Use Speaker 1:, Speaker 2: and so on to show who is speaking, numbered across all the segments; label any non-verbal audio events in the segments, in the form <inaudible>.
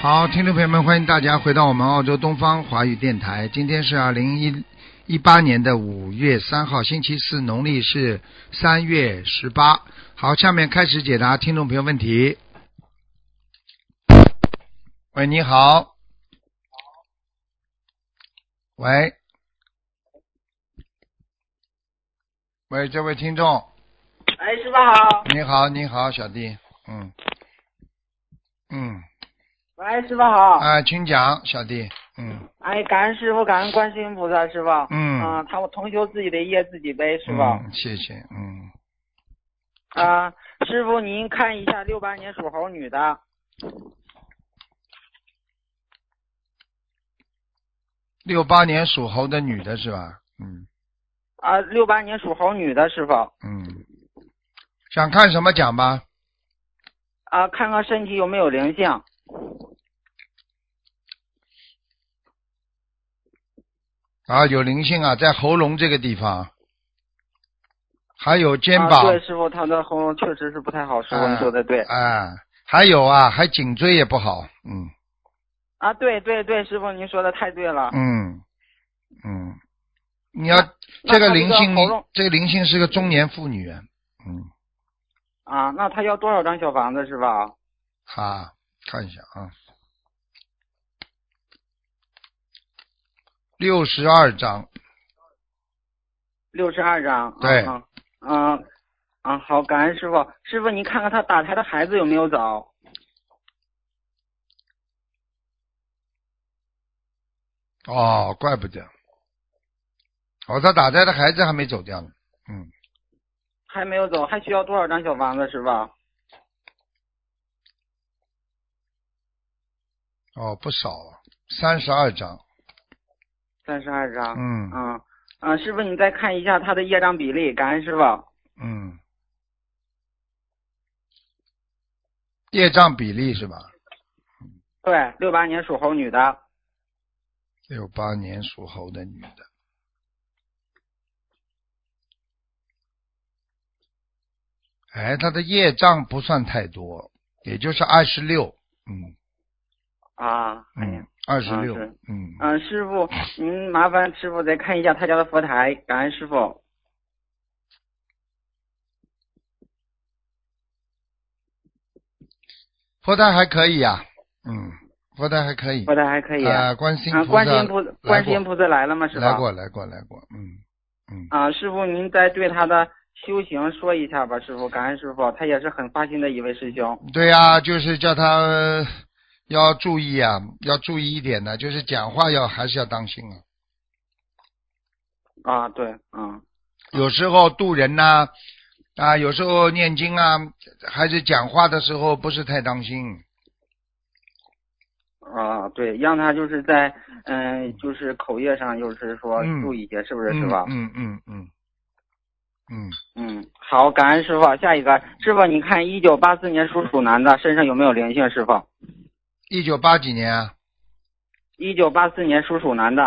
Speaker 1: 好，听众朋友们，欢迎大家回到我们澳洲东方华语电台。今天是二零一一八年的五月三号，星期四，农历是三月十八。好，下面开始解答听众朋友问题。喂，你好。喂，喂，这位听众，
Speaker 2: 哎，师傅好。
Speaker 1: 你好，你好，小弟，嗯，嗯，
Speaker 2: 喂，师傅好。
Speaker 1: 啊，请讲，小弟，嗯。
Speaker 2: 哎，感恩师傅，感恩观世音菩萨，师傅。
Speaker 1: 嗯
Speaker 2: 啊，他我同修自己的业自己背，师傅。
Speaker 1: 嗯，谢谢，嗯，
Speaker 2: 啊，师傅您看一下六八年属猴女的，
Speaker 1: 六八年属猴的女的是吧？嗯
Speaker 2: 啊，六八年属猴女的师傅，
Speaker 1: 嗯，想看什么讲吧？
Speaker 2: 啊，看看身体有没有灵性。
Speaker 1: 啊，有灵性啊，在喉咙这个地方，还有肩
Speaker 2: 啊、
Speaker 1: 膀，
Speaker 2: 对，师傅，他的喉咙确实是不太好，师傅
Speaker 1: 嗯
Speaker 2: 你说的对。
Speaker 1: 啊，还有啊，还颈椎也不好，嗯
Speaker 2: 啊，对对对，师傅您说的太对了。
Speaker 1: 嗯嗯，你要
Speaker 2: 那
Speaker 1: 这个
Speaker 2: 那
Speaker 1: 灵
Speaker 2: 这个
Speaker 1: 性
Speaker 2: 喉咙，
Speaker 1: 这个灵性是个中年妇女，嗯，
Speaker 2: 啊，那他要多少张小房子，师傅？
Speaker 1: 啊，看一下啊，六十二章，
Speaker 2: 六十二张。
Speaker 1: 对
Speaker 2: 嗯嗯嗯，好，感恩师傅。师傅，您看看他打胎的孩子有没有走？
Speaker 1: 哦，怪不得。哦，他打胎的孩子还没走掉呢。嗯，
Speaker 2: 还没有走，还需要多少张小房子，师傅？
Speaker 1: 哦，不少啊，三十二张。
Speaker 2: 三十二张。
Speaker 1: 嗯
Speaker 2: 嗯嗯，师傅，你再看一下他的业障比例，感恩师傅。
Speaker 1: 嗯，业障比例是吧？
Speaker 2: 对，六八年属猴女的，
Speaker 1: 六八年属猴的女的。哎，她的业障不算太多，也就是二十六。嗯
Speaker 2: 啊，哎呀
Speaker 1: 嗯，，二十六。
Speaker 2: 是
Speaker 1: 嗯，
Speaker 2: 嗯，师傅，您麻烦师傅再看一下他家的佛台，感恩师傅。
Speaker 1: 佛胎还可以呀、嗯，佛胎还可以。
Speaker 2: 佛台还可以啊。
Speaker 1: 啊，观世音
Speaker 2: 啊，
Speaker 1: 菩萨，
Speaker 2: 观世音菩萨，观世音
Speaker 1: 菩
Speaker 2: 菩萨来了吗？师
Speaker 1: 来
Speaker 2: 傅。
Speaker 1: 过，来过，来过，嗯嗯，
Speaker 2: 啊，师傅，您再对他的修行说一下吧，师傅，感恩师傅，他也是很发心的一位师兄。
Speaker 1: 对呀、就是叫他呃要注意啊，要注意一点呢、就是讲话要还是要当心啊，
Speaker 2: 啊，对，嗯，
Speaker 1: 有时候渡人呐、啊，有时候念经啊，还是讲话的时候不是太当心，
Speaker 2: 啊，对，让他就是在嗯、就是口业上，就是说
Speaker 1: 嗯
Speaker 2: 注意一些，是不是，师傅？
Speaker 1: 嗯嗯嗯嗯，
Speaker 2: 嗯，好，感恩师傅。下一个，师傅，你看一九八四年属鼠男的身上有没有灵性？师傅，
Speaker 1: 一九八几年啊，
Speaker 2: 一九八四年属鼠男的，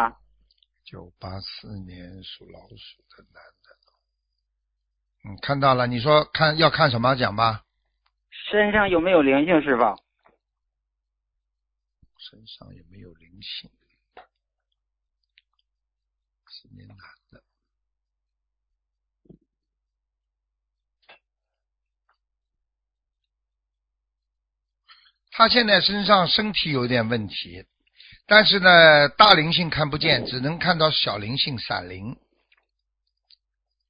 Speaker 1: 九八四年属老鼠的男的，嗯，看到了，你说看要看什么讲吧？
Speaker 2: 身上有没有灵性？师傅，
Speaker 1: 身上有没有灵性？是年男的。他现在身上身体有点问题，但是呢，大灵性看不
Speaker 2: 嗯
Speaker 1: 见，只能看到小灵性、闪灵。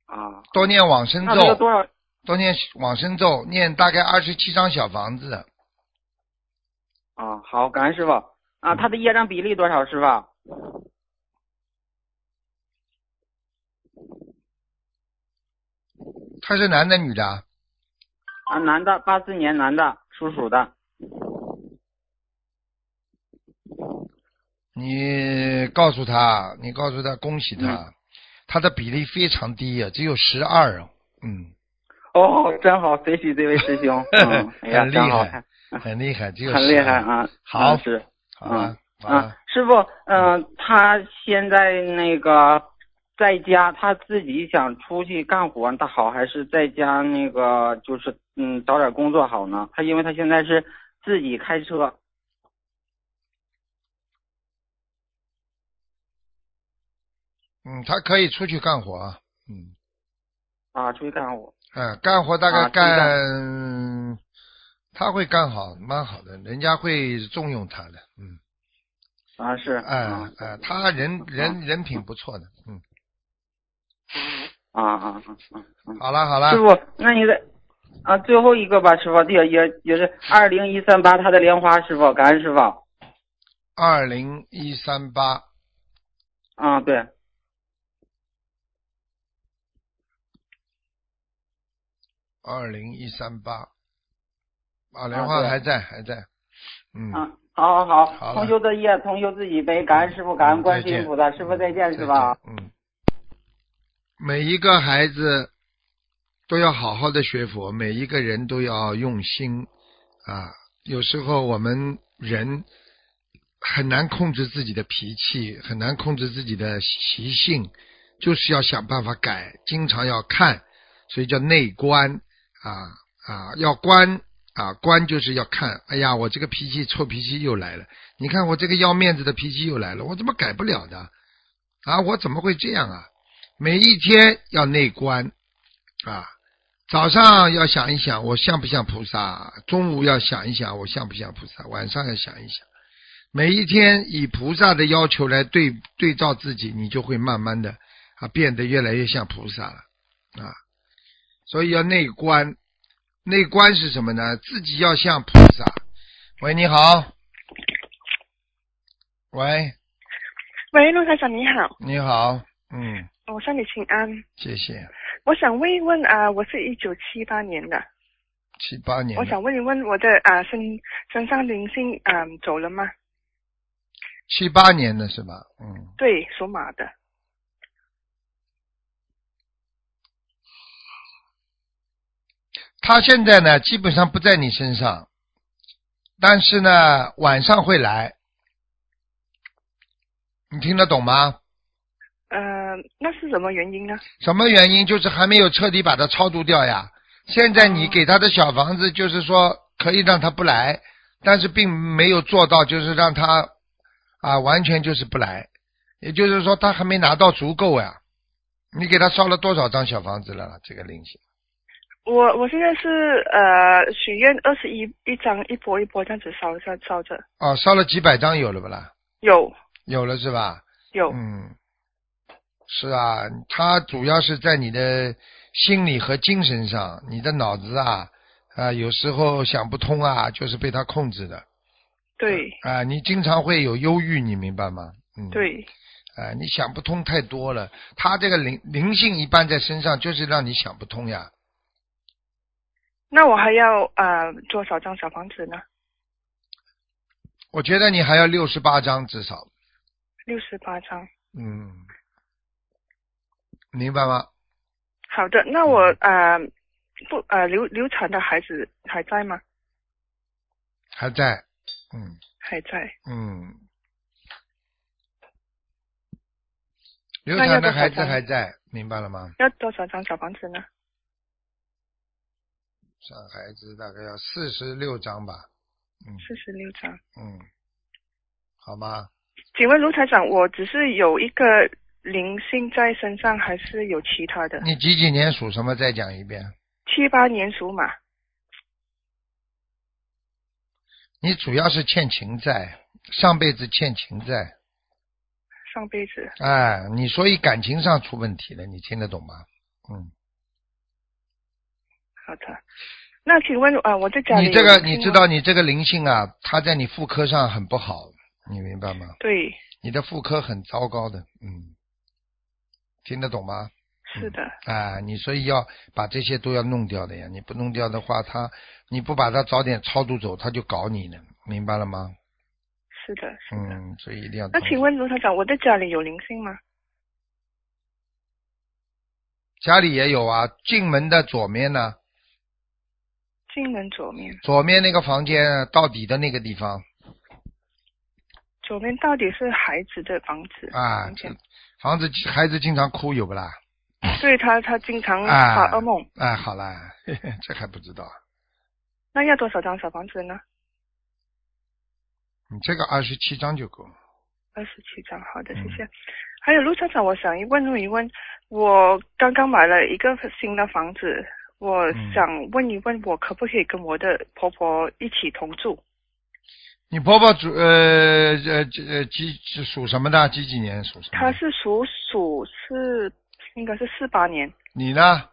Speaker 2: 啊，
Speaker 1: 多念往生
Speaker 2: 那这个
Speaker 1: 咒，
Speaker 2: 多少？
Speaker 1: 多念往生咒，念大概二十七张小房子，
Speaker 2: 啊，好，感恩师傅。啊，
Speaker 1: 嗯
Speaker 2: 他的业障比例多少？师傅，啊
Speaker 1: 他是男的女的啊？
Speaker 2: 啊，男的，八四年男的，属鼠的。
Speaker 1: 你告诉他，你告诉他，恭喜他，
Speaker 2: 嗯
Speaker 1: 他的比例非常低啊，只有十二哦，嗯，
Speaker 2: 哦，真好，随喜这位师
Speaker 1: <laughs>
Speaker 2: 兄，嗯，哎呀，
Speaker 1: 很厉害
Speaker 2: 真好，
Speaker 1: 很厉害，只有
Speaker 2: 啊很厉害
Speaker 1: 12，
Speaker 2: 啊！
Speaker 1: 好
Speaker 2: 嗯是
Speaker 1: 好吧，好
Speaker 2: 啊
Speaker 1: 吧，，
Speaker 2: 师傅，嗯、他现在那个在家，他自己想出去干活，他好还是在家那个就是嗯找点工作好呢？他因为他现在是自己开车，
Speaker 1: 嗯，他可以出去干活啊，嗯，
Speaker 2: 啊，出去干活。
Speaker 1: 哎，干活大概
Speaker 2: 啊
Speaker 1: 干，
Speaker 2: 知道
Speaker 1: 他会干好，蛮好的，人家会重用他的，嗯，
Speaker 2: 啊，是。
Speaker 1: 哎
Speaker 2: 啊
Speaker 1: 哎，他人人
Speaker 2: 啊
Speaker 1: 人品不错的，嗯，
Speaker 2: 啊啊啊啊！嗯
Speaker 1: 好了好了
Speaker 2: 师，傅，那你的啊，最后一个吧，师傅，也也也是二零一三八他的莲花，师傅，感恩师傅。
Speaker 1: 二零一三八，
Speaker 2: 啊，对，
Speaker 1: 二零一三八，啊，莲
Speaker 2: 啊
Speaker 1: 花
Speaker 2: 对
Speaker 1: 还在还在，嗯，
Speaker 2: 啊，好
Speaker 1: 好
Speaker 2: 好好，
Speaker 1: 了
Speaker 2: 同修的业，同修自己背，感恩师傅，感恩观世
Speaker 1: 再见
Speaker 2: 音菩萨，师傅再见，
Speaker 1: 再
Speaker 2: 师傅啊。
Speaker 1: 见嗯，每一个孩子都要好好的学佛，每一个人都要用心啊。有时候我们人很难控制自己的脾气，很难控制自己的习性，就是要想办法改，经常要看，所以叫内观啊啊，要观啊观就是要看。哎呀，我这个脾气臭脾气又来了，你看我这个要面子的脾气又来了，我怎么改不了的？啊，我怎么会这样啊？每一天要内观啊，早上要想一想我像不像菩萨，中午要想一想我像不像菩萨，晚上要想一想。每一天以菩萨的要求来对对照自己，你就会慢慢的啊变得越来越像菩萨了啊。所以要内观，内观是什么呢？自己要像菩萨。喂，你好。喂，
Speaker 3: 喂，陆台长你好，
Speaker 1: 你好，嗯，
Speaker 3: 我向你请安。
Speaker 1: 谢谢。
Speaker 3: 我想问一问啊、我是一九七八年的，
Speaker 1: 七八年
Speaker 3: 我
Speaker 1: 的，
Speaker 3: 想问一问我的啊、身身上灵性啊、走了吗？
Speaker 1: 七八年的是吧？嗯，
Speaker 3: 对，属马的。
Speaker 1: 他现在呢，基本上不在你身上，但是呢，晚上会来。你听得懂吗？
Speaker 3: 呃，那是什么原因呢？
Speaker 1: 什么原因？就是还没有彻底把它超度掉呀。现在你
Speaker 3: 哦
Speaker 1: 给他的小房子，就是说可以让他不来，但是并没有做到，就是让他啊完全就是不来。也就是说，他还没拿到足够呀。你给他烧了多少张小房子了？这个灵性。
Speaker 3: 我我现在是呃许愿二十一一张一波一波这样子烧着烧着，
Speaker 1: 哦，烧了几百张有了不啦？
Speaker 3: 有
Speaker 1: 有了是吧？
Speaker 3: 有、
Speaker 1: 嗯，是啊，它主要是在你的心理和精神上，你的脑子啊啊，有时候想不通啊，就是被它控制的
Speaker 3: 对
Speaker 1: 啊。你经常会有忧郁，你明白吗？嗯，。
Speaker 3: 对
Speaker 1: 啊，你想不通太多了。它这个灵灵性一般在身上，就是让你想不通呀。
Speaker 3: 那我还要啊、多少张小房子呢？
Speaker 1: 我觉得你还要六十八张至少，
Speaker 3: 六十八张。
Speaker 1: 嗯，明白吗？
Speaker 3: 好的，那我
Speaker 1: 嗯
Speaker 3: 呃不呃流流产的孩子还在吗？
Speaker 1: 还在，嗯。
Speaker 3: 还在。
Speaker 1: 嗯，流
Speaker 3: 那
Speaker 1: 产
Speaker 3: 要
Speaker 1: 的
Speaker 3: 多少
Speaker 1: 孩子
Speaker 3: 张
Speaker 1: 还在，明白了吗？
Speaker 3: 要多少张小房子呢？
Speaker 1: 上孩子大概要四十六张吧，
Speaker 3: 四十六张。
Speaker 1: 嗯，好吗？
Speaker 3: 请问卢台长，我只是有一个灵性在身上，还是有其他的？
Speaker 1: 你几几年属什么？再讲一遍。
Speaker 3: 七八年属马，
Speaker 1: 你主要是欠情债，上辈子欠情债，
Speaker 3: 上辈子
Speaker 1: 哎，你所以感情上出问题了，你听得懂吗？嗯，
Speaker 3: 好的。那请问啊、呃我在家里
Speaker 1: 你这个
Speaker 3: 有灵性
Speaker 1: 你
Speaker 3: 吗
Speaker 1: 知道，你这个灵性啊，它在你妇科上很不好，你明白吗？
Speaker 3: 对，
Speaker 1: 你的妇科很糟糕的，嗯，听得懂吗？
Speaker 3: 是的，
Speaker 1: 啊，你所以要把这些都要弄掉的呀！你不弄掉的话，他你不把他早点超度走，他就搞你呢，明白了吗？
Speaker 3: 是的，是的。
Speaker 1: 嗯，所以一定要。
Speaker 3: 那请，问卢台长，我在家里有灵性吗？
Speaker 1: 家里也有啊？进门的左面呢，
Speaker 3: 进门左面，
Speaker 1: 左面那个房间到底的那个地方
Speaker 3: 左面到底是孩子的房子
Speaker 1: 啊
Speaker 3: 房，间
Speaker 1: 房子孩子经常哭有不啦？
Speaker 3: 所以他他经常
Speaker 1: 啊
Speaker 3: 发噩梦。
Speaker 1: 哎，好啦，嘿嘿这还不知道啊，
Speaker 3: 那要多少张小房子呢？
Speaker 1: 你这个二十七张就够了。
Speaker 3: 二十七张，好的，谢
Speaker 1: 嗯
Speaker 3: 谢。还有陆站长，我想问一问，我刚刚买了一个新的房子，我
Speaker 1: 嗯
Speaker 3: 想问一问，我可不可以跟我的婆婆一起同住？
Speaker 1: 你婆婆主呃呃几呃几几属什么的？几几年属什么？
Speaker 3: 她是属鼠，是应该是四八年，
Speaker 1: 你呢？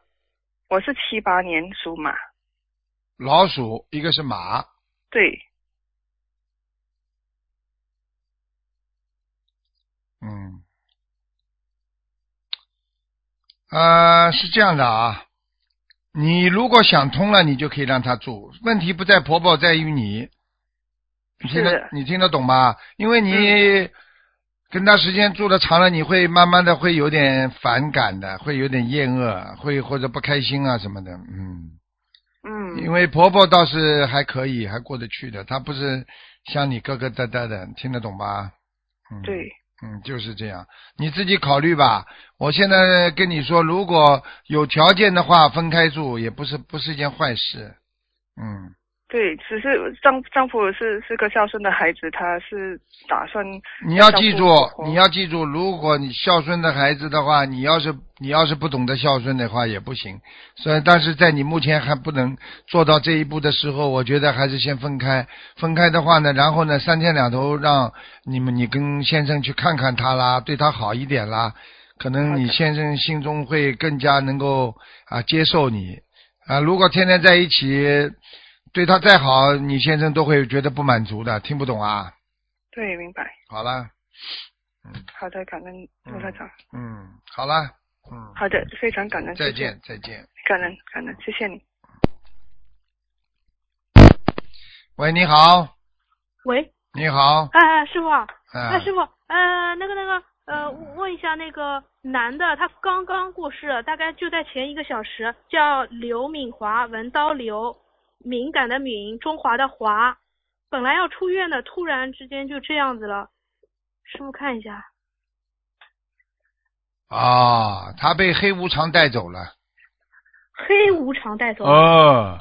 Speaker 3: 我是七八年属马，
Speaker 1: 老鼠，一个是马，
Speaker 3: 对，
Speaker 1: 嗯，呃，是这样的啊，你如果想通了，你就可以让她住。问题不在婆婆，在于你。你听得
Speaker 3: 是
Speaker 1: 你听得懂吗？因为你跟她时间住的长了，你会慢慢的会有点反感的，会有点厌恶，会或者不开心啊什么的，嗯。因
Speaker 3: 嗯，
Speaker 1: 为婆婆倒是还可以，还过得去的，她不是像你疙疙瘩瘩的，听得懂吧？嗯，
Speaker 3: 对，，
Speaker 1: 嗯，就是这样，你自己考虑吧。我现在跟你说，如果有条件的话，分开住也不是不是一件坏事。嗯，
Speaker 3: 对，只是丈丈夫是是个孝顺的孩子，他是打算
Speaker 1: 你要
Speaker 3: 照顾
Speaker 1: 记住
Speaker 3: 婆，婆
Speaker 1: 你要记住，如果你孝顺的孩子的话，你要是你要是不懂得孝顺的话也不行。所以，但是在你目前还不能做到这一步的时候，我觉得还是先分开。分开的话呢，然后呢，三天两头让你们你跟先生去看看他啦，对他好一点啦，可能你
Speaker 3: 好的
Speaker 1: 先生心中会更加能够啊接受你啊。如果天天在一起，对他再好，你先生都会觉得不满足的，听不懂啊。
Speaker 3: 对，明白。
Speaker 1: 好了，
Speaker 3: 好的，感恩陆站长。
Speaker 1: 嗯，好了，嗯，
Speaker 3: 好的，非常感恩。
Speaker 1: 再
Speaker 3: 谢谢
Speaker 1: 见，再见。
Speaker 3: 感恩感恩，谢谢你。
Speaker 1: 喂，你好，
Speaker 4: 喂，
Speaker 1: 你好，
Speaker 4: 哎哎，师傅啊，哎
Speaker 1: 啊，
Speaker 4: 师傅，呃，那个那个，呃，问一下那个男的，他刚刚过世，大概就在前一个小时，叫刘敏华，文刀刘，敏感的敏，中华的华，本来要出院的，突然之间就这样子了，师傅看一下，
Speaker 1: 啊，他被黑无常带走了。
Speaker 4: 黑无常带走了，
Speaker 1: 哦，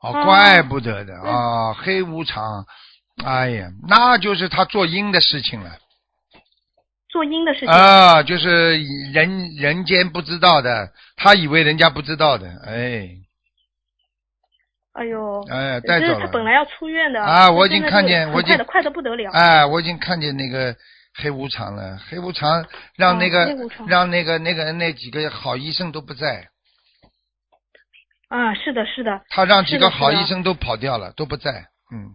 Speaker 1: 哦，
Speaker 4: 嗯
Speaker 1: 怪不得的啊、黑无常，哎呀，那就是他做阴的事情了
Speaker 4: 做阴的事情，
Speaker 1: 啊，就是人人间不知道的，他以为人家不知道的，哎
Speaker 4: 哎呦，
Speaker 1: 哎，带
Speaker 4: 这是
Speaker 1: 走
Speaker 4: 他本
Speaker 1: 了，
Speaker 4: 来要出院的
Speaker 1: 啊
Speaker 4: 这
Speaker 1: 我已
Speaker 4: 真
Speaker 1: 经
Speaker 4: 的
Speaker 1: 看
Speaker 4: 是
Speaker 1: 见
Speaker 4: 很
Speaker 1: 我已
Speaker 4: 快
Speaker 1: 经
Speaker 4: 的快的不得了，
Speaker 1: 哎，我已经看见那个黑无常了，黑无常让
Speaker 4: 哦
Speaker 1: 那个、
Speaker 4: 黑无常
Speaker 1: 让那个那个那几个好医生都不在，
Speaker 4: 啊，是的，是的，
Speaker 1: 他让几
Speaker 4: 是
Speaker 1: 个
Speaker 4: 的
Speaker 1: 好
Speaker 4: 是的
Speaker 1: 医生都跑掉了，都不在，嗯。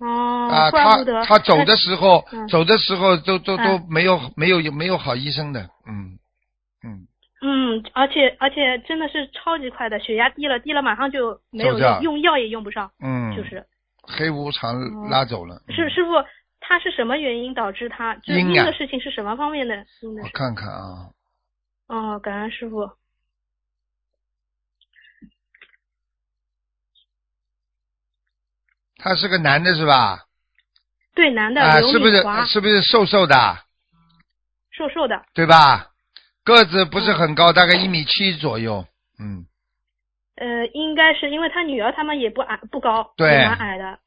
Speaker 4: 哦，
Speaker 1: 啊，
Speaker 4: 怪
Speaker 1: 他
Speaker 4: 不得
Speaker 1: 他走的时候，
Speaker 4: 嗯
Speaker 1: 走的时候都都都
Speaker 4: 嗯
Speaker 1: 没有没有没有好医生的，嗯嗯，
Speaker 4: 嗯，而且而且真的是超级快的，血压低了，低了马上就没有
Speaker 1: 走掉
Speaker 4: 用，用药也用不上，
Speaker 1: 嗯，
Speaker 4: 就是
Speaker 1: 黑无常
Speaker 4: 嗯
Speaker 1: 拉走了，
Speaker 4: 是师傅，他是什么原因导致他就是
Speaker 1: 阴
Speaker 4: 阴
Speaker 1: 啊
Speaker 4: 的事情是什么方面的阴的
Speaker 1: 我
Speaker 4: 事？
Speaker 1: 看看啊，
Speaker 4: 哦，感恩师傅。
Speaker 1: 他是个男的是吧？
Speaker 4: 对，男的
Speaker 1: 啊，
Speaker 4: 刘
Speaker 1: 是不
Speaker 4: 敏
Speaker 1: 是
Speaker 4: 华，
Speaker 1: 是不是瘦瘦的，
Speaker 4: 瘦瘦的，
Speaker 1: 对吧？个子不
Speaker 4: 嗯
Speaker 1: 是很高，大概一米七左右，嗯，
Speaker 4: 呃，应该是因为他女儿他们也不矮不高，
Speaker 1: 对
Speaker 4: 也蛮矮的。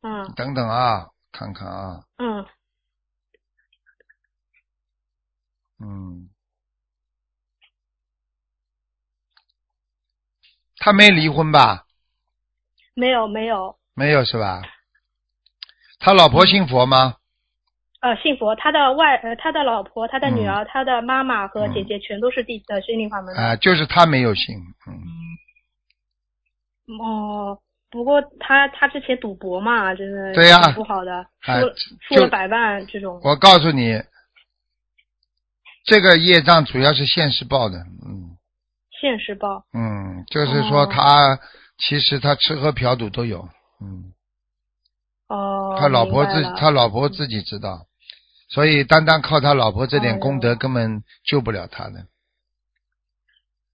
Speaker 4: 嗯
Speaker 1: 等等啊，看看啊，
Speaker 4: 嗯，
Speaker 1: 嗯，他没离婚吧？
Speaker 4: 没有没有，
Speaker 1: 没有是吧？他老婆信佛吗？
Speaker 4: 呃，信佛，他的外呃他的老婆、他的女
Speaker 1: 嗯
Speaker 4: 儿、他的妈妈和
Speaker 1: 嗯
Speaker 4: 姐姐全都是弟呃心灵法门的。
Speaker 1: 啊，就是他没有信，嗯，
Speaker 4: 哦，不过他他之前赌博嘛，真的
Speaker 1: 对呀
Speaker 4: 挺不好的，输
Speaker 1: 哎
Speaker 4: 了
Speaker 1: 就
Speaker 4: 输了百万这种。
Speaker 1: 我告诉你，这个业障主要是现世报的，嗯
Speaker 4: 现实报，
Speaker 1: 嗯，就是说
Speaker 4: 哦
Speaker 1: 他、其实他吃喝嫖赌都有，嗯，
Speaker 4: 哦，
Speaker 1: 他老婆自
Speaker 4: 明白了
Speaker 1: 他老婆自己知道，所以单单靠他老婆这点功
Speaker 4: 哎
Speaker 1: 德
Speaker 4: 呦
Speaker 1: 根本救不了他的，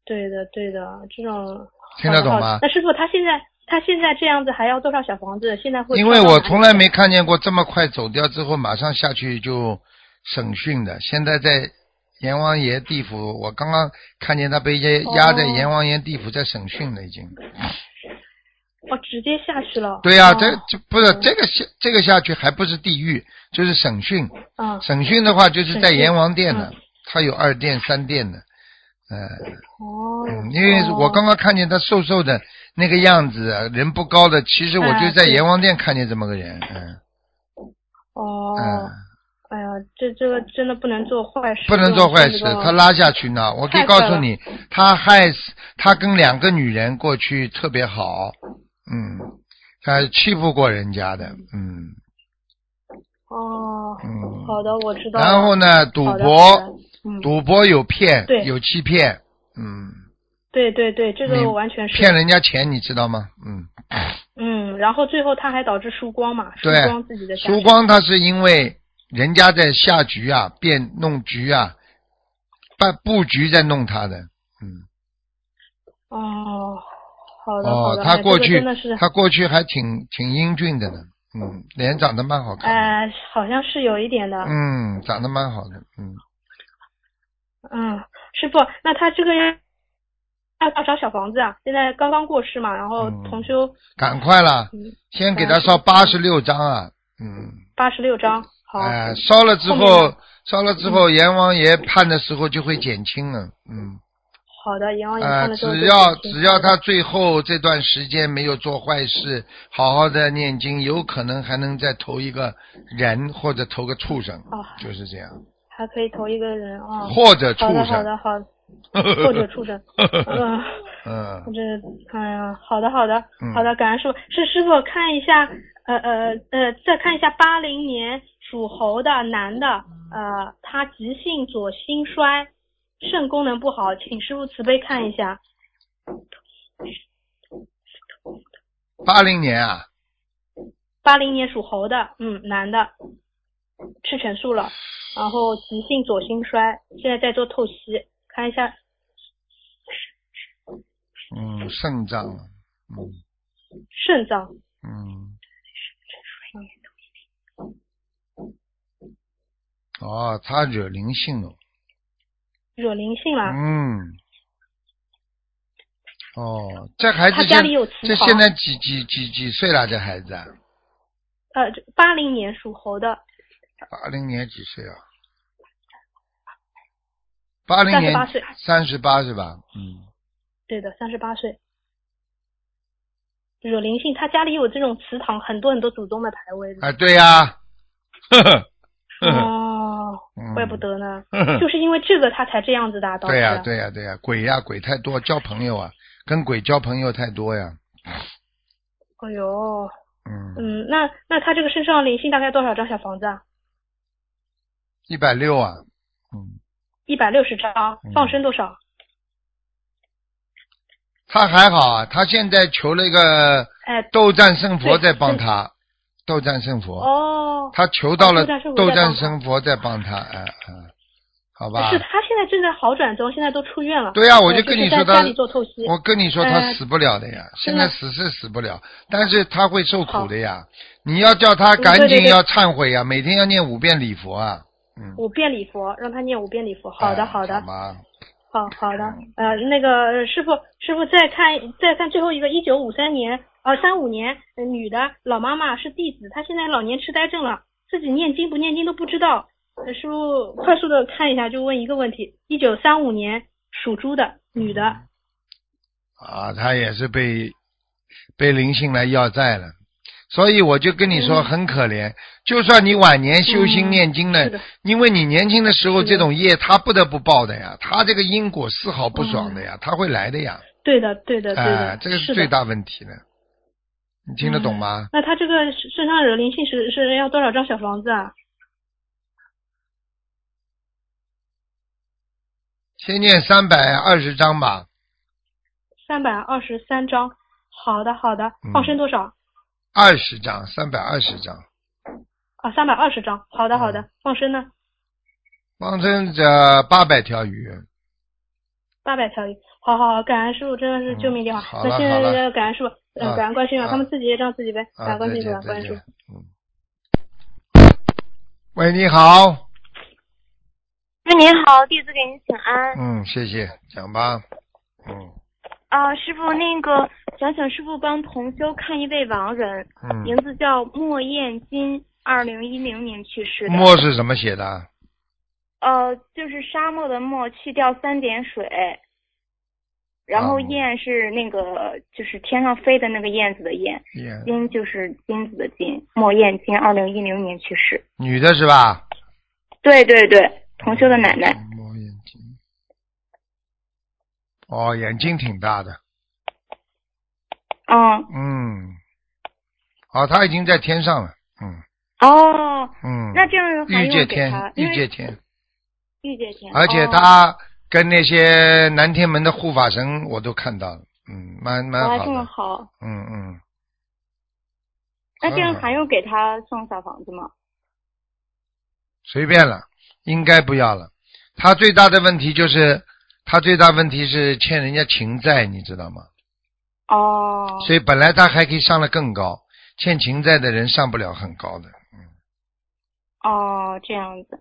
Speaker 4: 对的对的，这种
Speaker 1: 听得懂
Speaker 4: 好的好
Speaker 1: 吗
Speaker 4: 的？那师傅他现在他现在这样子还要多少小房子？现在会
Speaker 1: 因为我从来没
Speaker 4: 烧到哪里
Speaker 1: 看见过这么快走掉之后马上下去就审讯的，现在在。阎王爷地府，我刚刚看见他被压压在
Speaker 4: 哦
Speaker 1: 阎王爷地府在审讯了，已经。
Speaker 4: 去哦，直接下去了。
Speaker 1: 对呀、
Speaker 4: 哦
Speaker 1: 这这不是这个下这个下去还不是地狱，就是审讯。
Speaker 4: 嗯，
Speaker 1: 审讯的话就是在
Speaker 4: 审讯
Speaker 1: 阎王殿的
Speaker 4: 嗯，
Speaker 1: 他有二殿三殿的，呃，
Speaker 4: 哦
Speaker 1: 嗯，因为我刚刚看见他瘦瘦的那个样子，人不高的，其实我就
Speaker 4: 哎
Speaker 1: 在
Speaker 4: 对
Speaker 1: 阎王殿看见这么个人，嗯
Speaker 4: 哦，
Speaker 1: 嗯，
Speaker 4: 哎呀，这这个真的不能做坏事，
Speaker 1: 不能做坏事，
Speaker 4: 这种
Speaker 1: 他拉下去呢。我可以
Speaker 4: 太坏
Speaker 1: 告
Speaker 4: 了
Speaker 1: 诉你，他害死他跟两个女人过去特别好，嗯，他欺负过人家的，嗯
Speaker 4: 哦，
Speaker 1: 嗯。
Speaker 4: 好的，我知道了。
Speaker 1: 然后呢，赌
Speaker 4: 好的好的
Speaker 1: 博，
Speaker 4: 嗯，
Speaker 1: 赌博有骗
Speaker 4: 对，
Speaker 1: 有欺骗，嗯，
Speaker 4: 对对对，这
Speaker 1: 你
Speaker 4: 个完全是
Speaker 1: 骗人家钱你知道吗？嗯，
Speaker 4: 嗯，然后最后他还导致输光嘛，输
Speaker 1: 对
Speaker 4: 光自己的家
Speaker 1: 输
Speaker 4: 庭
Speaker 1: 光他是因为人家在下局啊，变弄局啊，办布局在弄他的，嗯，
Speaker 4: 哦，好的好
Speaker 1: 哦
Speaker 4: 的，，哎
Speaker 1: 他
Speaker 4: 这
Speaker 1: 过
Speaker 4: 个
Speaker 1: 去
Speaker 4: 真的是
Speaker 1: 他过去还挺挺英俊的呢，嗯，脸长得蛮好看的，
Speaker 4: 哎，好像是有一点的，
Speaker 1: 嗯，长得蛮好的，嗯，
Speaker 4: 嗯，师傅，那他这个要要找小房子啊，现在刚刚过世嘛，然后
Speaker 1: 嗯
Speaker 4: 同修
Speaker 1: 赶快啦，
Speaker 4: 嗯
Speaker 1: 先给他烧八十六张啊，嗯。
Speaker 4: 八十六章，好，嗯
Speaker 1: 哎、烧了之
Speaker 4: 后面嗯
Speaker 1: 后，烧了之后，阎王爷判的时候就会减轻了。嗯，
Speaker 4: 好的，阎王爷
Speaker 1: 啊、
Speaker 4: 看了之后就
Speaker 1: 只
Speaker 4: 行、
Speaker 1: 要只要他最后这段时间没有做坏事，好好的念经，有可能还能再投一个人或者投个畜生，
Speaker 4: 哦
Speaker 1: 就是这样，
Speaker 4: 还可以投一个人啊，
Speaker 1: 或者畜
Speaker 4: 好的好
Speaker 1: 生，
Speaker 4: 的好的，
Speaker 1: <laughs>
Speaker 4: 或者畜生，嗯、
Speaker 1: 嗯，
Speaker 4: 这哎呀，好的好的
Speaker 1: 嗯
Speaker 4: 好的，感恩师傅，是师傅看一下，呃呃呃，再看一下八零年属猴的男的，呃，他急性左心衰，肾功能不好，请师傅慈悲看一下。
Speaker 1: 八零年啊，
Speaker 4: 八零年属猴的，嗯，男的，吃全素了，然后急性左心衰，现在在做透析，看一下，
Speaker 1: 嗯，肾脏了，嗯
Speaker 4: 肾脏，
Speaker 1: 嗯，哦，他惹灵性了。
Speaker 4: 惹灵性了，
Speaker 1: 嗯。哦，这孩子
Speaker 4: 他
Speaker 1: 现
Speaker 4: 家里有磁
Speaker 1: 这
Speaker 4: 场
Speaker 1: 现在几几几几岁了？这孩子啊，
Speaker 4: 呃，八零年属猴的，
Speaker 1: 八零年几岁啊？八零年
Speaker 4: 38岁
Speaker 1: 三十八是吧？嗯，
Speaker 4: 对的，三十八岁，惹灵性，他家里有这种祠堂，很多很多祖宗的牌位的，
Speaker 1: 啊，对呀、呵呵呵呵，
Speaker 4: 哦，
Speaker 1: <laughs> 嗯
Speaker 4: 怪不得呢，
Speaker 1: <laughs> 呵呵
Speaker 4: 就是因为这个他才这样子的啊，导致
Speaker 1: 对呀、对呀、对呀、鬼呀、鬼太多，交朋友啊，跟鬼交朋友太多呀。
Speaker 4: 哎呦，
Speaker 1: 嗯，
Speaker 4: 嗯，那那他这个身上灵性大概多少张小房子啊？
Speaker 1: 一百六啊，嗯，
Speaker 4: 一百六十张
Speaker 1: 嗯，
Speaker 4: 放生多少？
Speaker 1: 他还好啊，他现在求了一个
Speaker 4: 哎，
Speaker 1: 斗战胜佛
Speaker 4: 对
Speaker 1: 在帮
Speaker 4: 对
Speaker 1: 他，斗战胜佛。
Speaker 4: 哦，
Speaker 1: 他求到了
Speaker 4: 哦斗战胜佛
Speaker 1: 斗
Speaker 4: 在帮
Speaker 1: 战胜佛在帮
Speaker 4: 他
Speaker 1: 他，哎哎，好吧
Speaker 4: 是？他现在正在好转中，现在都出院了。
Speaker 1: 对呀、我
Speaker 4: 呃
Speaker 1: 就
Speaker 4: 就
Speaker 1: 跟
Speaker 4: 是
Speaker 1: 你
Speaker 4: 在
Speaker 1: 说
Speaker 4: 家
Speaker 1: 他
Speaker 4: 里做透析，
Speaker 1: 我跟你说他
Speaker 4: 哎
Speaker 1: 死不了的呀，现
Speaker 4: 真的
Speaker 1: 在死是死不了，但是他会受苦的呀。你要叫他
Speaker 4: 嗯
Speaker 1: 赶
Speaker 4: 对对
Speaker 1: 紧
Speaker 4: 对
Speaker 1: 要忏悔呀，每天要念五遍礼佛啊。嗯，
Speaker 4: 五遍礼佛，让他念五遍礼佛。好的，
Speaker 1: 哎好
Speaker 4: 好的，
Speaker 1: 吗？
Speaker 4: 好好的。呃，那个呃师傅，师傅再看再看最后一个，一九五三年，呃，三五年、呃女的老妈妈是弟子，她现在老年痴呆症了，自己念经不念经都不知道。呃师傅快速的看一下，就问一个问题：一九三五年属猪的女的，
Speaker 1: 嗯啊，他也是被被灵性来要债了，所以我就跟你说
Speaker 4: 嗯
Speaker 1: 很可怜。就算你晚年修心
Speaker 4: 嗯
Speaker 1: 念经了，
Speaker 4: 是的
Speaker 1: 因为你年轻的时候
Speaker 4: 是的
Speaker 1: 这种业他不得不报的呀，他这个因果丝毫不爽的呀，他会来的呀，
Speaker 4: 对的，对的，
Speaker 1: 哎、
Speaker 4: 对的，
Speaker 1: 这个
Speaker 4: 嗯是
Speaker 1: 是
Speaker 4: 的嗯
Speaker 1: 最大问题了。你听得懂吗？
Speaker 4: 那他这个身上惹灵性是是要多少张小房子啊？
Speaker 1: 先念三百二十章吧，
Speaker 4: 三百二十三张。好的，好的
Speaker 1: 嗯，
Speaker 4: 放生多少？
Speaker 1: 二十章，三百二十章。
Speaker 4: 啊，三百二十张。好的，好
Speaker 1: 嗯
Speaker 4: 的，放生呢？
Speaker 1: 放生者八百条鱼，
Speaker 4: 八百条鱼。好好好，感恩师傅真的是救命电
Speaker 1: 嗯
Speaker 4: 话
Speaker 1: 好。了
Speaker 4: 那现在
Speaker 1: 好了
Speaker 4: 这个感恩师傅，
Speaker 1: 啊
Speaker 4: 呃，感恩观世音
Speaker 1: 啊
Speaker 4: 啊，他们自己也让自己背，感
Speaker 1: 啊，
Speaker 4: 恩观
Speaker 1: 再
Speaker 4: 世音
Speaker 1: 见
Speaker 4: 菩
Speaker 1: 再
Speaker 4: 萨，观世音
Speaker 1: 见
Speaker 4: 菩萨。。
Speaker 1: 嗯。喂，你好。
Speaker 5: 哎，您好，弟子给您请安。
Speaker 1: 嗯，谢谢，讲吧。嗯，
Speaker 5: 啊、师傅，那个想请师傅帮同修看一位亡人，
Speaker 1: 嗯，
Speaker 5: 名字叫莫艳金，二零一零年去世的。
Speaker 1: 墨是怎么写的？
Speaker 5: 呃，就是沙漠的漠，去掉三点水，然后
Speaker 1: 哦
Speaker 5: 燕是那个就是天上飞的那个燕子的燕，
Speaker 1: 也
Speaker 5: 金就是金子的金，莫燕金，二零一零年去世。
Speaker 1: 女的是吧？
Speaker 5: 对对对，同修的奶奶。
Speaker 1: 摸眼睛。哦，眼睛挺大的，
Speaker 5: 嗯，
Speaker 1: 嗯，哦，他已经在天上了，嗯
Speaker 5: 哦，
Speaker 1: 嗯，
Speaker 5: 那这样还
Speaker 1: 御界
Speaker 5: 用给他
Speaker 1: 天，，
Speaker 5: 因
Speaker 1: 御界
Speaker 5: 为
Speaker 1: 天，
Speaker 5: 御界天，
Speaker 1: 而且
Speaker 5: 哦、
Speaker 1: 他跟那些南天门的护法神我都看到了，嗯，蛮蛮
Speaker 5: 哇，
Speaker 1: 好
Speaker 5: 这么
Speaker 1: 的，
Speaker 5: 好，
Speaker 1: 嗯嗯，
Speaker 5: 那这样
Speaker 1: 很好
Speaker 5: 还用给他送小房子吗？
Speaker 1: 随便了，应该不要了。他最大的问题就是，他最大问题是欠人家情债，你知道吗？
Speaker 5: 哦，
Speaker 1: 所以本来他还可以上得更高，欠情债的人上不了很高的。
Speaker 5: 哦，这样子，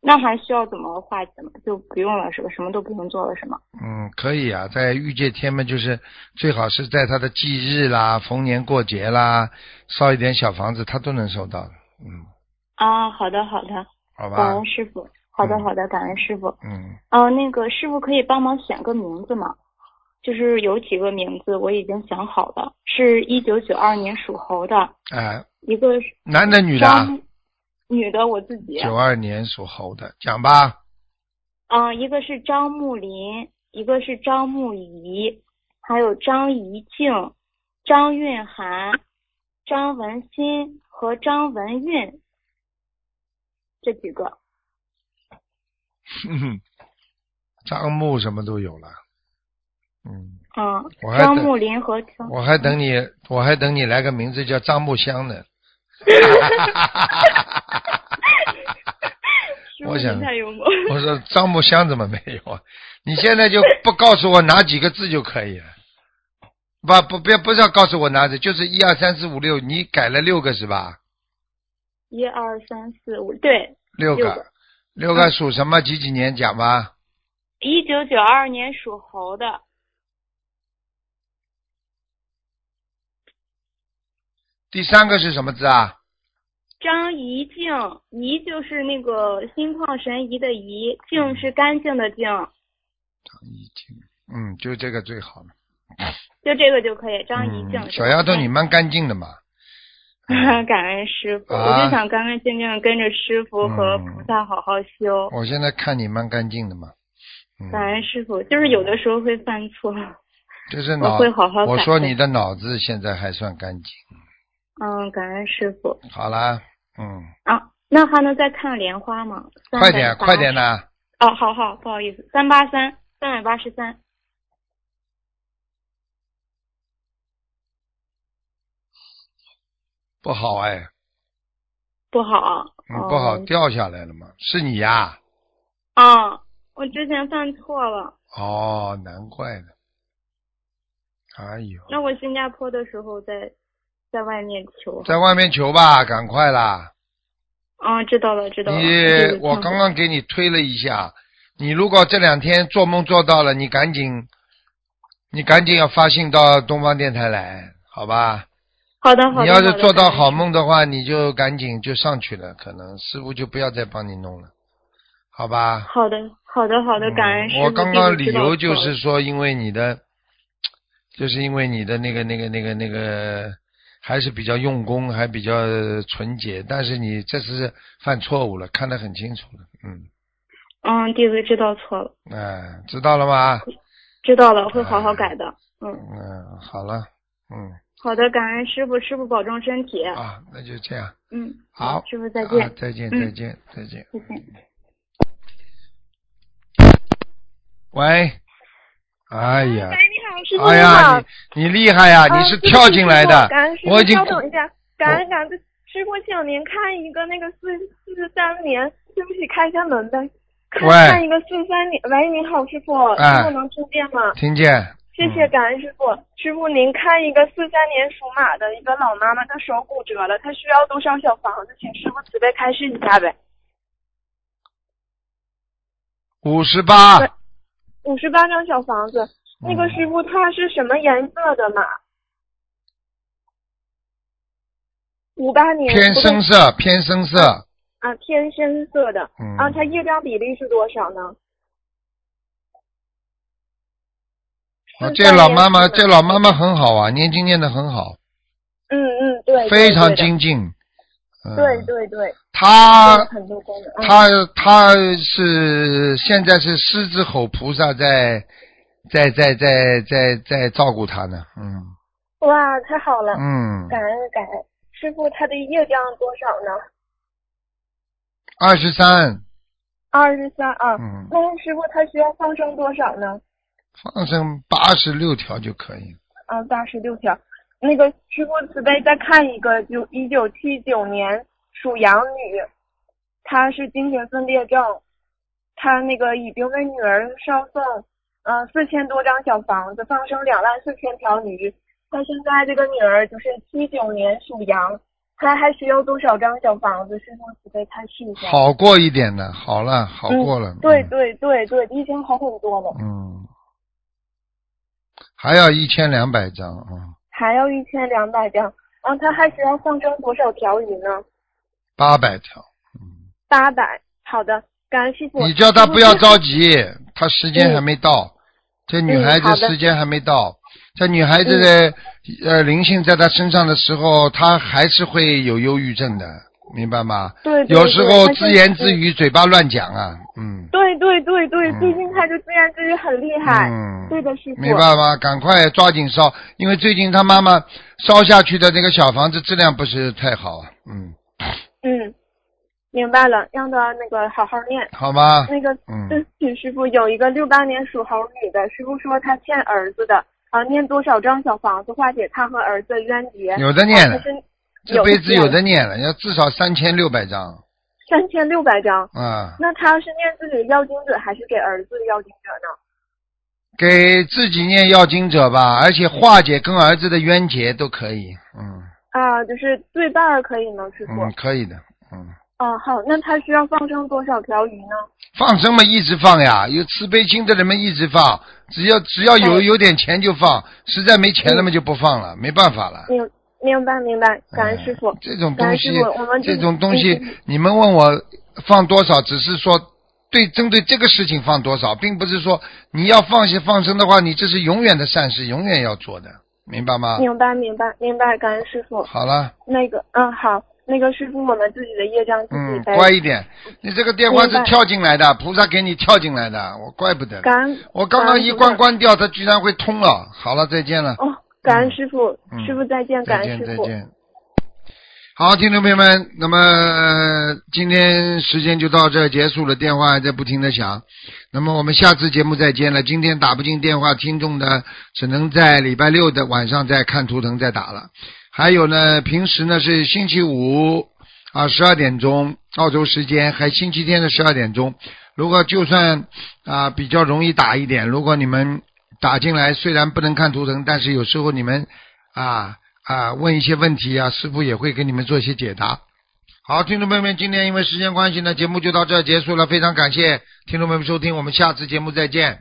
Speaker 5: 那还需要怎么化解吗？就不用了是吧？什么都不用做了是吗？
Speaker 1: 嗯，可以啊，在欲界天嘛，就是最好是在他的忌日啦、逢年过节啦，烧一点小房子，他都能收到的。嗯，
Speaker 5: 啊，好的好的，
Speaker 1: 好吧
Speaker 5: 感，恩师傅，好的
Speaker 1: 嗯
Speaker 5: 好的，感恩师傅。
Speaker 1: 嗯，
Speaker 5: 哦、那个师傅可以帮忙选个名字吗？就是有几个名字我已经想好了，是一九九二年属猴的，
Speaker 1: 哎，
Speaker 5: 一个是
Speaker 1: 男的女的啊？
Speaker 5: 张，女的我自己，
Speaker 1: 九二年属猴的，讲吧。 <laughs>
Speaker 5: 嗯、一个是张木林，一个是张木仪，还有张怡静、张韵涵、张文新和张文韵，这几个。
Speaker 1: 张木什么都有了。嗯，
Speaker 5: 嗯
Speaker 1: 我，还
Speaker 5: 张
Speaker 1: 等
Speaker 5: 木林和张
Speaker 1: 我还等你，我还等你来个名字叫张木香呢。 <laughs>
Speaker 5: 师 <laughs>
Speaker 1: 我
Speaker 5: 傅
Speaker 1: 想
Speaker 5: 您太幽默。
Speaker 1: 我说张木香怎么没有啊？你现在就不告诉我哪几个字就可以了。不不，不要不是要告诉我哪几，就是一二三四五六，你改了六个是吧？
Speaker 5: 一二三四五，对，
Speaker 1: 六
Speaker 5: 六
Speaker 1: 个
Speaker 5: 个，
Speaker 1: 六个属什么？几几年讲吧？
Speaker 5: 一九九二年属猴的，
Speaker 1: 第三个是什么字啊？
Speaker 5: 张怡静，怡就是那个心旷神怡的怡，静是干净的静，
Speaker 1: 嗯，就这个最好了。
Speaker 5: 就这个就可以。张怡静
Speaker 1: 嗯，
Speaker 5: 是
Speaker 1: 小
Speaker 5: 吧
Speaker 1: 丫头，
Speaker 5: <laughs>
Speaker 1: 你蛮干净的嘛。
Speaker 5: 感恩师傅，
Speaker 1: 啊嗯
Speaker 5: 我就想干干净净地跟着师傅和菩萨好好修。
Speaker 1: 我现在看你蛮干净的嘛。嗯，
Speaker 5: 感恩师傅，就是有的时候会犯错，
Speaker 1: 就是
Speaker 5: 我
Speaker 1: 脑，
Speaker 5: 会好好改。
Speaker 1: 我说你，的脑子现在还算干净。
Speaker 5: 嗯，感恩师傅
Speaker 1: 好啦，嗯，
Speaker 5: 啊。那还能再看莲花吗？
Speaker 1: 快点，快点
Speaker 5: 呐！
Speaker 1: 啦！
Speaker 5: 哦，好好，不好意思，三八三，三百八十三。
Speaker 1: 不好哎，
Speaker 5: 不好啊，
Speaker 1: 嗯，
Speaker 5: 哦
Speaker 1: 不好，掉下来了嘛？是你呀？
Speaker 5: 啊、我之前犯错了。
Speaker 1: 哦，难怪呢。哎呦，
Speaker 5: 那我新加坡的时候在在外面求。
Speaker 1: 在外面求吧，赶快啦！
Speaker 5: 啊，知道了，知道了。
Speaker 1: 你，我刚刚给你推了一下，你如果这两天做梦做到了，你赶紧，你赶紧要发信到东方电台来，好吧？
Speaker 5: 好的好的。
Speaker 1: 你要是
Speaker 5: 好的
Speaker 1: 做到
Speaker 5: 感恩
Speaker 1: 好
Speaker 5: 师
Speaker 1: 梦的话，你就赶紧就上去了，可能师傅就不要再帮你弄了，好吧？
Speaker 5: 好的好的好的，感恩
Speaker 1: 嗯
Speaker 5: 师
Speaker 1: 我
Speaker 5: 父
Speaker 1: 刚
Speaker 5: 弟子
Speaker 1: 刚理
Speaker 5: 知道
Speaker 1: 由就
Speaker 5: 错
Speaker 1: 是
Speaker 5: 了
Speaker 1: 说，因为你的，就是因为你的那个那个那个那个呃还是比较用功，还比较纯洁，但是你这次犯错误了，看得很清楚了，嗯，
Speaker 5: 嗯，弟子知道错了，
Speaker 1: 哎、知道了吗？
Speaker 5: 知道了，会
Speaker 1: 哎
Speaker 5: 好好改的。嗯，
Speaker 1: 嗯，好了，嗯，
Speaker 5: 好的，感恩师傅，师傅保重身体。
Speaker 1: 啊，那就这样，
Speaker 5: 嗯，
Speaker 1: 好，
Speaker 5: 师傅再
Speaker 1: 啊
Speaker 5: 见，
Speaker 1: 再见，
Speaker 5: 嗯
Speaker 1: 再见，再见。
Speaker 5: 再见。
Speaker 1: 喂，哎呀，
Speaker 6: 你好，师傅
Speaker 1: 哎
Speaker 6: 你好
Speaker 1: 呀，，你你厉害呀！你
Speaker 6: 啊
Speaker 1: 是
Speaker 6: 对不起
Speaker 1: 跳进来
Speaker 6: 师
Speaker 1: 的
Speaker 6: 傅感恩师，傅
Speaker 1: 我已经
Speaker 6: 稍等一下，感恩感恩师傅，请您看一个那个四四十三年，对不起，开一下门呗。看
Speaker 1: 喂
Speaker 6: 看一个四三年，喂，你好，师傅，
Speaker 1: 哎
Speaker 6: 师傅能听见吗？
Speaker 1: 听见。
Speaker 6: 谢谢
Speaker 1: 嗯
Speaker 6: 感恩师傅，师傅您看一个四三年属马的一个老妈妈，她手骨折了，她需要多少小房子？请师傅慈悲开示一下呗。
Speaker 1: 五十八，
Speaker 6: 五十八张小房子，
Speaker 4: 那
Speaker 1: 嗯
Speaker 4: 个师傅他是什么颜色的马？五八年
Speaker 1: 偏
Speaker 4: 不对
Speaker 1: 深色，偏深色，
Speaker 4: 啊，偏深色的。
Speaker 1: 嗯
Speaker 4: 啊，它业障比例是多少呢？
Speaker 1: 啊
Speaker 4: 是
Speaker 1: 这
Speaker 4: 在
Speaker 1: 老
Speaker 4: 年
Speaker 1: 妈妈，
Speaker 4: 纪吗
Speaker 1: 这老妈妈很好啊，念经念得很好，
Speaker 4: 嗯嗯，对，对
Speaker 1: 非常。
Speaker 4: 对的
Speaker 1: 精进。嗯
Speaker 4: 对，对对，有
Speaker 1: 她
Speaker 4: 很多功能。嗯
Speaker 1: 她她是现在是狮子吼菩萨在在在在在在照顾她呢，嗯
Speaker 4: 哇，太好了，
Speaker 1: 嗯，
Speaker 4: 感恩感恩。师傅，他的业障多少呢？
Speaker 1: 二十三，
Speaker 4: 二十三啊。
Speaker 1: 嗯，
Speaker 4: 那师傅他需要放生多少呢？
Speaker 1: 放生八十六条就可以。
Speaker 4: 啊，八十六条。那个师傅慈悲，再看一个，就一九七九年属羊女，她是精神分裂症，她那个已经为女儿烧送，呃，四千多张小房子，放生两万四千条鱼。她现在这个女儿就是七九年属羊，她还需要多少张小房子？师傅慈悲开示一下。
Speaker 1: 好过一点的，好了，好过了。
Speaker 4: 对对对对，比以前好很多了，
Speaker 1: 嗯，嗯，还要一千两百张啊、嗯，
Speaker 4: 还要一千两百张。然后她还需要放生多少条鱼呢？
Speaker 1: 八百条。
Speaker 4: 八百。好的，感恩师傅。
Speaker 1: 你叫他不要着
Speaker 4: 急。
Speaker 1: 急，他时间还没到。这女孩
Speaker 4: 嗯嗯好
Speaker 1: 子
Speaker 4: 的嗯
Speaker 1: 时间还没到，这女孩子的、呃灵性在她身上的时候，她还是会有忧郁症的，明白吗？
Speaker 4: 对对
Speaker 1: 有时候
Speaker 4: 对
Speaker 1: 自言自。
Speaker 4: 她现在
Speaker 1: 语，嘴巴乱讲啊，嗯。
Speaker 4: 对对对对，
Speaker 1: 嗯
Speaker 4: 最近他就自言自语很厉害。
Speaker 1: 嗯
Speaker 4: 对的，师傅。
Speaker 1: 明白吗？赶快抓紧烧，因为最近他妈妈烧下去的那个小房子质量不是太好啊，嗯，
Speaker 4: 嗯，明白了，让他那个好好念。
Speaker 1: 好吗？
Speaker 4: 那个，
Speaker 1: 嗯
Speaker 4: 对不起，师傅，有一个六八年属猴女的，师傅说她欠儿子的，啊，念多少张小房子化解她和儿子的冤结？
Speaker 1: 有的念了
Speaker 4: 啊她是
Speaker 1: 这辈子有
Speaker 4: 有
Speaker 1: 的念了，要至少三千六百张
Speaker 4: 三千六百张。
Speaker 1: 啊，
Speaker 4: 那她是念自己要经者，还是给儿子要经者呢？
Speaker 1: 给自己念要经者吧，而且化解跟儿子的冤结都可以，嗯
Speaker 4: 啊，就是对半儿可以吗，师傅？
Speaker 1: 嗯，可以的，嗯，
Speaker 4: 啊，好，那他需要放生多少条鱼呢？
Speaker 1: 放生嘛一直放呀，有慈悲心的人们一直放，只要只要有
Speaker 4: 哎嗯
Speaker 1: 有点钱就放，实在没钱了嘛就不放了，没办法了。
Speaker 4: 明明白明白，感恩师傅
Speaker 1: 嗯。这种
Speaker 4: 感
Speaker 1: 东
Speaker 4: 恩
Speaker 1: 西
Speaker 4: 师傅我们，
Speaker 1: 这
Speaker 4: 就
Speaker 1: 种东西
Speaker 4: 嗯嗯，
Speaker 1: 你们问我放多少，只是说对针对这个事情放多少，并不是说你要放下放生的话，你这是永远的善事，永远要做的，明白吗？
Speaker 4: 明白明白明白，感恩师傅。
Speaker 1: 好了，
Speaker 4: 那个，嗯，好，那个师傅，我们自己的业障自己
Speaker 1: 嗯，
Speaker 4: 背。
Speaker 1: 乖一点。你这个电话
Speaker 4: 明
Speaker 1: 是
Speaker 4: 白
Speaker 1: 跳进来的，菩萨给你跳进来的，我怪不得。
Speaker 4: 感恩
Speaker 1: 我刚刚一关
Speaker 4: 感恩菩萨
Speaker 1: 关掉，它居然会通了。好了，再见了。
Speaker 4: 哦，感恩师傅，
Speaker 1: 嗯
Speaker 4: 师傅再见，感
Speaker 1: 再见，
Speaker 4: 恩师
Speaker 1: 再
Speaker 4: 傅。
Speaker 1: 见。好，听众朋友们，那么、呃今天时间就到这儿结束了，电话还在不停的响。那么我们下次节目再见了。今天打不进电话，听众呢只能在礼拜六的晚上再看图腾再打了。还有呢，平时呢是星期五啊十二点钟澳洲时间，还星期天的十二点钟。如果就算啊比较容易打一点，如果你们打进来，虽然不能看图腾，但是有时候你们啊啊问一些问题啊，师傅也会给你们做一些解答。好，听众朋友们，今天因为时间关系呢，节目就到这儿结束了，非常感谢听众朋友们收听，我们下次节目再见。